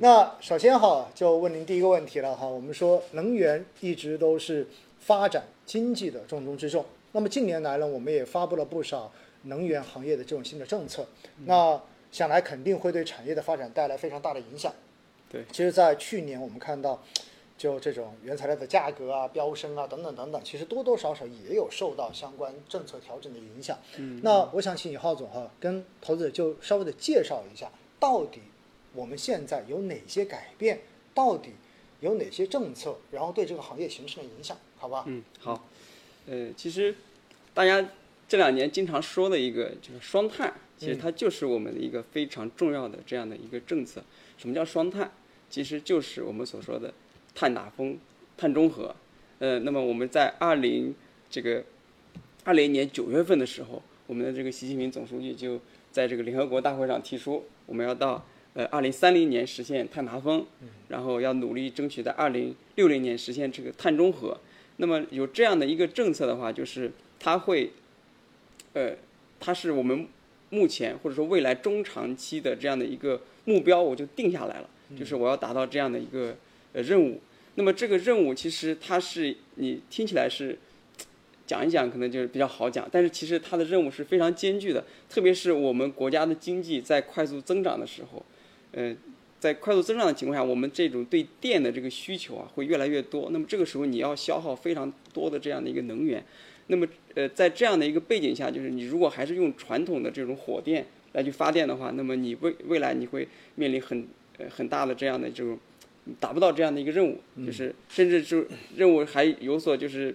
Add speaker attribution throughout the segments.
Speaker 1: 那首先哈，就问您第一个问题了哈。我们说能源一直都是发展经济的重中之重。那么近年来呢，我们也发布了不少能源行业的这种新的政策，那想来肯定会对产业的发展带来非常大的影响。
Speaker 2: 对，
Speaker 1: 其实，在去年我们看到，就这种原材料的价格啊、飙升啊等等等等，其实多多少少也有受到相关政策调整的影响。
Speaker 2: 嗯，
Speaker 1: 那我想请尹浩总哈、跟投资者就稍微的介绍一下，到底我们现在有哪些改变，到底有哪些政策，然后对这个行业形成了影响，好吧？
Speaker 2: 嗯，好，呃，其实大家这两年经常说的一个就是双碳，
Speaker 1: 嗯
Speaker 2: 其实它就是我们的一个非常重要的这样的一个政策。什么叫双碳？其实就是我们所说的碳达峰、碳中和。呃，那么我们在二零这个二零年九月份的时候，我们的这个习近平总书记就在这个联合国大会上提出，我们要到呃二零三零年实现碳达峰，然后要努力争取在二零六零年实现这个碳中和。那么有这样的一个政策的话，就是它会，呃，它是我们目前或者说未来中长期的这样的一个目标，我就定下来了，就是我要达到这样的一个呃任务。那么这个任务其实它是你听起来是讲一讲可能就是比较好讲，但是其实它的任务是非常艰巨的，特别是我们国家的经济在快速增长的时候，呃，在快速增长的情况下，我们这种对电的这个需求啊会越来越多，那么这个时候你要消耗非常多的这样的一个能源，那么呃在这样的一个背景下，就是你如果还是用传统的这种火电来去发电的话，那么你未未来你会面临很呃很大的这样的这种达不到这样的一个任务，
Speaker 1: 嗯
Speaker 2: 就是甚至就任务还有所就是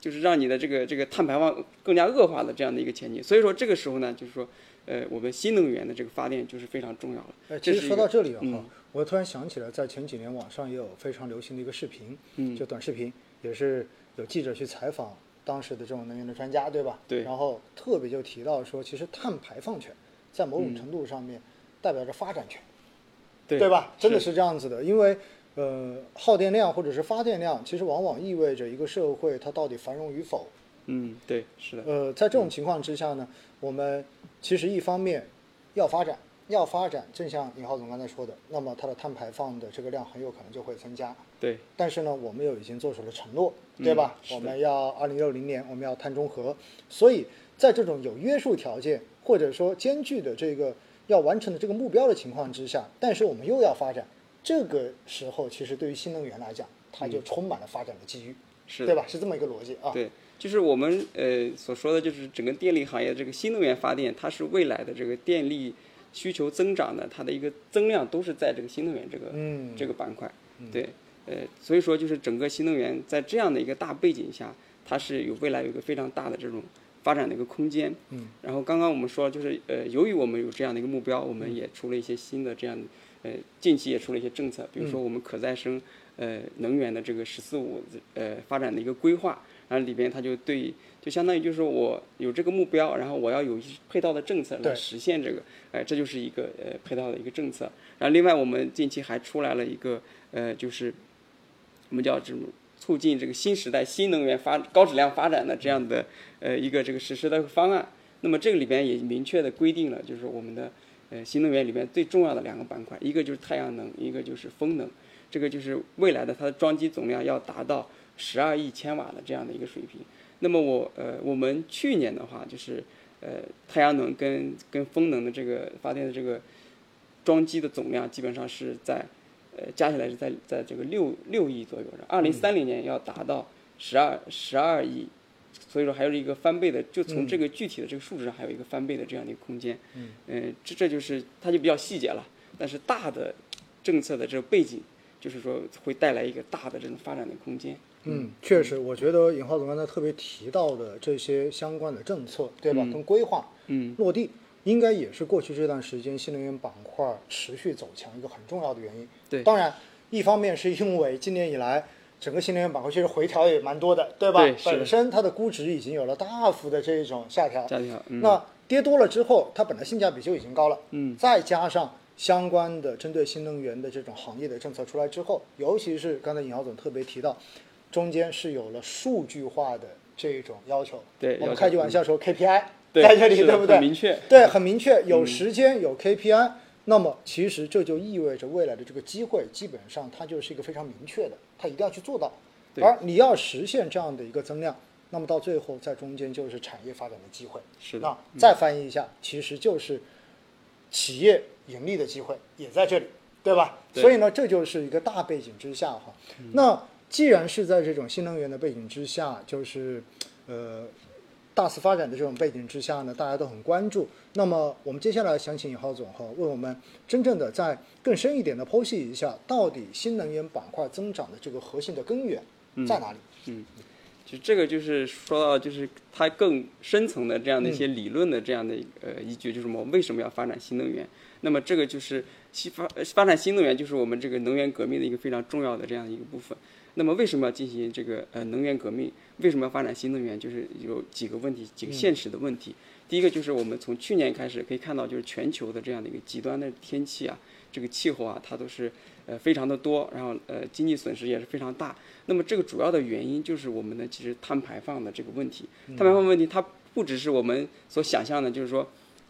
Speaker 2: 就是让你的这个这个碳排放更加恶化的这样的一个前景。所以说这个时候呢，就是说，呃，我们新能源的这个发电就是非常重要了。
Speaker 1: 呃，
Speaker 2: 哎这
Speaker 1: 其
Speaker 2: 是
Speaker 1: 实
Speaker 2: 一
Speaker 1: 说
Speaker 2: 个
Speaker 1: 到这里啊，
Speaker 2: 嗯
Speaker 1: 我突然想起来，在前几年网上也有非常流行的一个视频，
Speaker 2: 嗯
Speaker 1: 就短视频，也是有记者去采访当时的这种能源的专家，对吧？
Speaker 2: 对
Speaker 1: 然后特别就提到说，其实碳排放权在某种程度上面代表着发展权，
Speaker 2: 嗯对
Speaker 1: 吧？真的
Speaker 2: 是
Speaker 1: 是这样子的，因为呃，耗电量或者是发电量，其实往往意味着一个社会它到底繁荣与否。
Speaker 2: 嗯，对，是的，
Speaker 1: 呃，在这种情况之下呢，我们其实一方面要发展，要发展，正像尹浩总刚才说的，那么它的碳排放的这个量很有可能就会增加。
Speaker 2: 对，
Speaker 1: 但是呢，我们又已经做出了承诺，对吧？
Speaker 2: 嗯是的
Speaker 1: 我们要二零六零年我们要碳中和，所以在这种有约束条件或者说艰巨的这个要完成的这个目标的情况之下，但是我们又要发展，这个时候其实对于新能源来讲，它就充满了发展的机遇，
Speaker 2: 嗯是的
Speaker 1: 对吧？是这么一个逻辑啊。
Speaker 2: 对，就是我们呃所说的，就是整个电力行业这个新能源发电，它是未来的这个电力需求增长的，它的一个增量都是在这个新能源这个、
Speaker 1: 嗯
Speaker 2: 这个板块。对，呃，所以说就是整个新能源在这样的一个大背景下，它是有未来有一个非常大的这种发展的一个空间。
Speaker 1: 嗯，
Speaker 2: 然后刚刚我们说就是呃，由于我们有这样的一个目标，我们也出了一些新的这样呃，近期也出了一些政策，比如
Speaker 1: 嗯
Speaker 2: 说我们可再生呃能源的这个“十四五”呃发展的一个规划，然后里边它就对，就相当于就是说我有这个目标，然后我要有一配套的政策来
Speaker 1: 对
Speaker 2: 实现这个，哎、这就是一个呃配套的一个政策。然后另外我们近期还出来了一个呃，就是我们叫这种促进这个新时代新能源发高质量发展的这样的呃一个这个实施的方案。那么这个里边也明确的规定了，就是我们的呃新能源里边最重要的两个板块，一个就是太阳能，一个就是风能。这个就是未来的它的装机总量要达到十二亿千瓦的这样的一个水平。那么我呃我们去年的话就是呃太阳能跟跟风能的这个发电的这个装机的总量基本上是在呃加起来是在在这个六六亿左右，二零三零年要达到十二十二亿，所以说还有一个翻倍的，就从这个
Speaker 1: 嗯
Speaker 2: 具体的这个数值上还有一个翻倍的这样的一个空间。嗯，呃，这这就是它就比较细节了，但是大的政策的这个背景，就是说会带来一个大的这种发展的空间。
Speaker 1: 嗯，确实，我觉得尹浩总刚才特别提到的这些相关的政策，对吧？跟规划，
Speaker 2: 嗯，
Speaker 1: 落地，应该也是过去这段时间新能源板块持续走强一个很重要的原因。
Speaker 2: 对
Speaker 1: 当然，一方面是因为今年以来整个新能源板块确实回调也蛮多的，对吧？
Speaker 2: 对是的
Speaker 1: 本身它的估值已经有了大幅的这种下调，
Speaker 2: 下调嗯
Speaker 1: 那跌多了之后，它本来性价比就已经高了，
Speaker 2: 嗯，
Speaker 1: 再加上。相关的针对新能源的这种行业的政策出来之后，尤其是刚才尹浩总特别提到，中间是有了数据化的这种要求。
Speaker 2: 对
Speaker 1: 我
Speaker 2: 要
Speaker 1: 们
Speaker 2: 求嗯
Speaker 1: 开句玩笑说 KPI，
Speaker 2: 对
Speaker 1: 在这里
Speaker 2: 是的
Speaker 1: 对不对？
Speaker 2: 很明确嗯
Speaker 1: 对，很明确，有时间，有 KPI。那么其实这就意味着未来的这个机会，基本上它就是一个非常明确的，它一定要去做到。
Speaker 2: 对
Speaker 1: 而你要实现这样的一个增量，那么到最后在中间就是产业发展的机会。
Speaker 2: 是的嗯
Speaker 1: 那再翻译一下，其实就是企业盈利的机会也在这里，对吧？
Speaker 2: 对嗯
Speaker 1: 所以呢，这就是一个大背景之下哈。那既然是在这种新能源的背景之下，就是呃大肆发展的这种背景之下呢，大家都很关注。那么我们接下来想请尹浩总哈，为我们真正的在更深一点的剖析一下，到底新能源板块增长的这个核心的根源
Speaker 2: 嗯
Speaker 1: 在哪里？
Speaker 2: 就这个就是说到就是它更深层的这样的一些理论的这样的一个呃依据，就是我们为什么要发展新能源？那么这个就是新发呃发展新能源，就是我们这个能源革命的一个非常重要的这样一个部分。那么为什么要进行这个呃能源革命？为什么要发展新能源？就是有几个问题，几个现实的问题。第一个就是我们从去年开始可以看到，就是全球的这样的一个极端的天气啊，这个气候啊，它都是呃非常的多，然后呃经济损失也是非常大。那么这个主要的原因就是我们的其实碳排放的这个问题，碳排放问题它不只是我们所想象的，就是说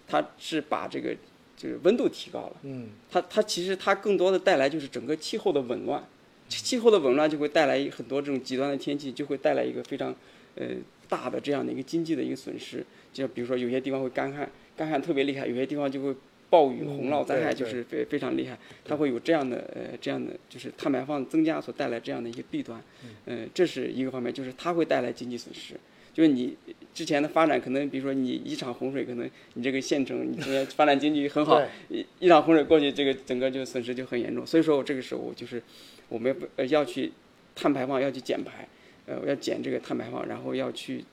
Speaker 2: 它是把这个就是温度提高了，
Speaker 1: 嗯，
Speaker 2: 它它其实它更多的带来就是整个气候的紊乱，气候的紊乱就会带来很多这种极端的天气，就会带来一个非常呃大的这样的一个经济的一个损失，就比如说有些地方会干旱，干旱特别厉害，有些地方就会暴雨、
Speaker 1: 嗯
Speaker 2: 洪涝灾害，
Speaker 1: 对
Speaker 2: 就是非非常厉害，它会有这样的呃这样的就是碳排放增加所带来这样的一个弊端，
Speaker 1: 嗯
Speaker 2: 呃这是一个方面，就是它会带来经济损失。就是你之前的发展，可能比如说你一场洪水，可能你这个县城，你之前发展经济很好，
Speaker 1: 对
Speaker 2: 一一场洪水过去，这个整个就损失就很严重。所以说我这个时候我就是我们要呃要去碳排放，要去减排，呃要减这个碳排放，然后要去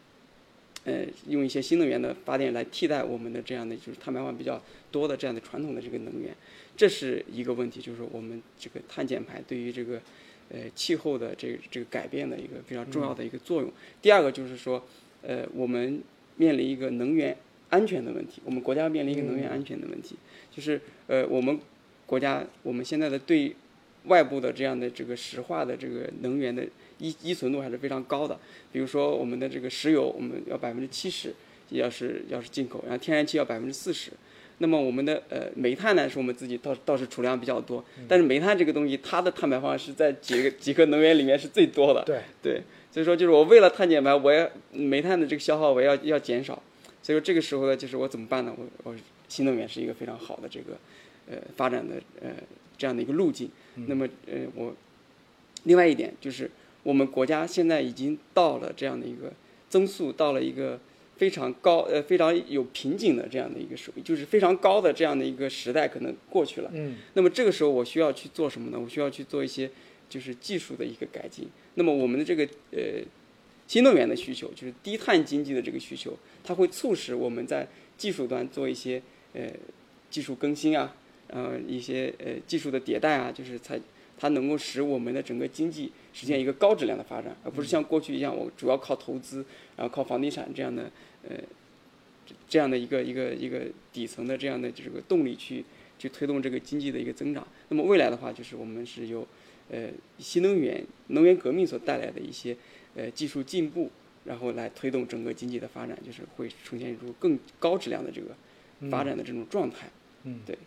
Speaker 2: 呃用一些新能源的发电来替代我们的这样的就是碳排放比较多的这样的传统的这个能源，这是一个问题，就是我们这个碳减排对于这个呃气候的这个这个改变的一个非常重要的一个作用。第二个就是说，呃我们面临一个能源安全的问题，我们国家面临一个能源安全的问题，就是呃我们国家我们现在的对外部的这样的这个石化的这个能源的依依存度还是非常高的。比如说我们的这个石油，我们要百分之七十，要是要是进口，然后天然气要百分之四十。那么我们的呃煤炭呢，是我们自己倒倒是储量比较多，但是煤炭这个东西，它的碳排放是在几个几个能源里面是最多的。
Speaker 1: 对
Speaker 2: 对，所以说就是我为了碳减排，我要煤炭的这个消耗我要要减少，所以说这个时候呢，就是我怎么办呢？我我新能源是一个非常好的这个呃发展的呃这样的一个路径。那么呃我另外一点就是我们国家现在已经到了这样的一个增速，到了一个非常高呃非常有瓶颈的这样的一个水，就是非常高的这样的一个时代可能过去了。
Speaker 1: 嗯，
Speaker 2: 那么这个时候我需要去做什么呢？我需要去做一些就是技术的一个改进。那么我们的这个呃新能源的需求，就是低碳经济的这个需求，它会促使我们在技术端做一些呃技术更新啊，呃一些呃技术的迭代啊，就是才它能够使我们的整个经济实现一个高质量的发展，而不是像过去一样，我主要靠投资，然后靠房地产这样的呃这这样的一个一个一个底层的这样的这个动力去去推动这个经济的一个增长。那么未来的话，就是我们是有呃新能源能源革命所带来的一些呃技术进步，然后来推动整个经济的发展，就是会呈现出更高质量的这个发展的这种状态。
Speaker 1: 嗯
Speaker 2: 对，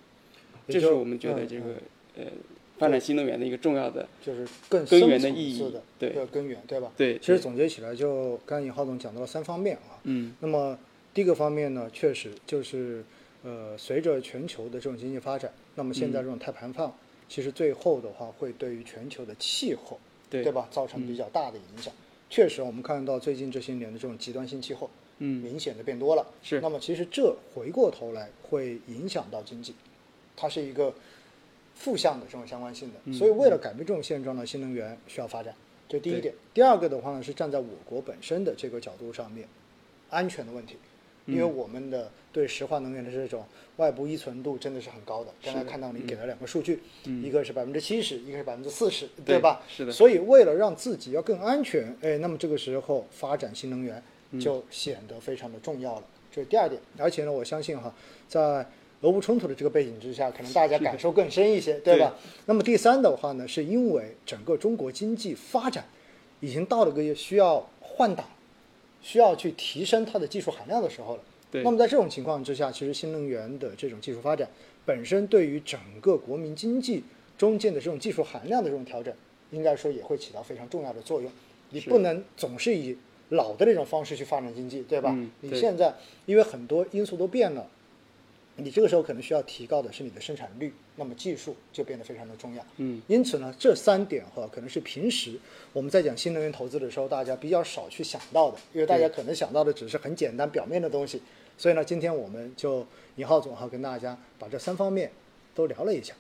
Speaker 1: 也
Speaker 2: 这
Speaker 1: 就是
Speaker 2: 我们觉得
Speaker 1: 嗯
Speaker 2: 这
Speaker 1: 嗯
Speaker 2: 个呃发展新能源的一个重要的
Speaker 1: 就是更
Speaker 2: 根
Speaker 1: 深
Speaker 2: 源的
Speaker 1: 层
Speaker 2: 意义
Speaker 1: 次的
Speaker 2: 对
Speaker 1: 这个根源，对吧？
Speaker 2: 对
Speaker 1: 其实
Speaker 2: 对
Speaker 1: 总结起来就，刚才尹浩总讲到了三方面啊。
Speaker 2: 嗯
Speaker 1: 那么第一个方面呢，确实就是呃，随着全球的这种经济发展，那么现在这种碳排放，其实最后的话会对于全球的气候，
Speaker 2: 对
Speaker 1: 吧，造成比较大的影响。确实，我们看到最近这些年的这种极端性气候，
Speaker 2: 嗯
Speaker 1: 明显的变多了。
Speaker 2: 是
Speaker 1: 那么其实这回过头来会影响到经济，它是一个负向的这种相关性
Speaker 2: 嗯
Speaker 1: 的。所以为了改变这种现状呢，新能源需要发展，这第一
Speaker 2: 对
Speaker 1: 点。第二个的话呢，是站在我国本身的这个角度上面，安全的问题。因
Speaker 2: 嗯
Speaker 1: 为我们的对石化能源的这种外部依存度真的是很高的。刚才看
Speaker 2: 嗯
Speaker 1: 到你给了两个数据，一个是百分之七十，一个是百分之四十，
Speaker 2: 对
Speaker 1: 吧？
Speaker 2: 是的
Speaker 1: 所以为了让自己要更安全，哎，那么这个时候发展新能源就显得非常的重要了。这是第二点，而且呢，我相信哈，在俄乌冲突的这个背景之下，可能大家感受更深一些，对吧？那么第三的话呢，是因为整个中国经济发展已经到了个需要换挡、需要去提升它的技术含量的时候了。
Speaker 2: 对
Speaker 1: 那么在这种情况之下，其实新能源的这种技术发展本身对于整个国民经济中间的这种技术含量的这种调整，应该说也会起到非常重要的作用。你不能总是以老的那种方式去发展经济，对吧？
Speaker 2: 嗯
Speaker 1: 你
Speaker 2: 对
Speaker 1: 现在因为很多因素都变了，你这个时候可能需要提高的是你的生产率，那么技术就变得非常的重要。
Speaker 2: 嗯，
Speaker 1: 因此呢，这三点哈，可能是平时我们在讲新能源投资的时候，大家比较少去想到的，因为大家可能想到的只是很简单表面的东西。所以呢，今天我们就尹浩总哈跟大家把这三方面都聊了一下。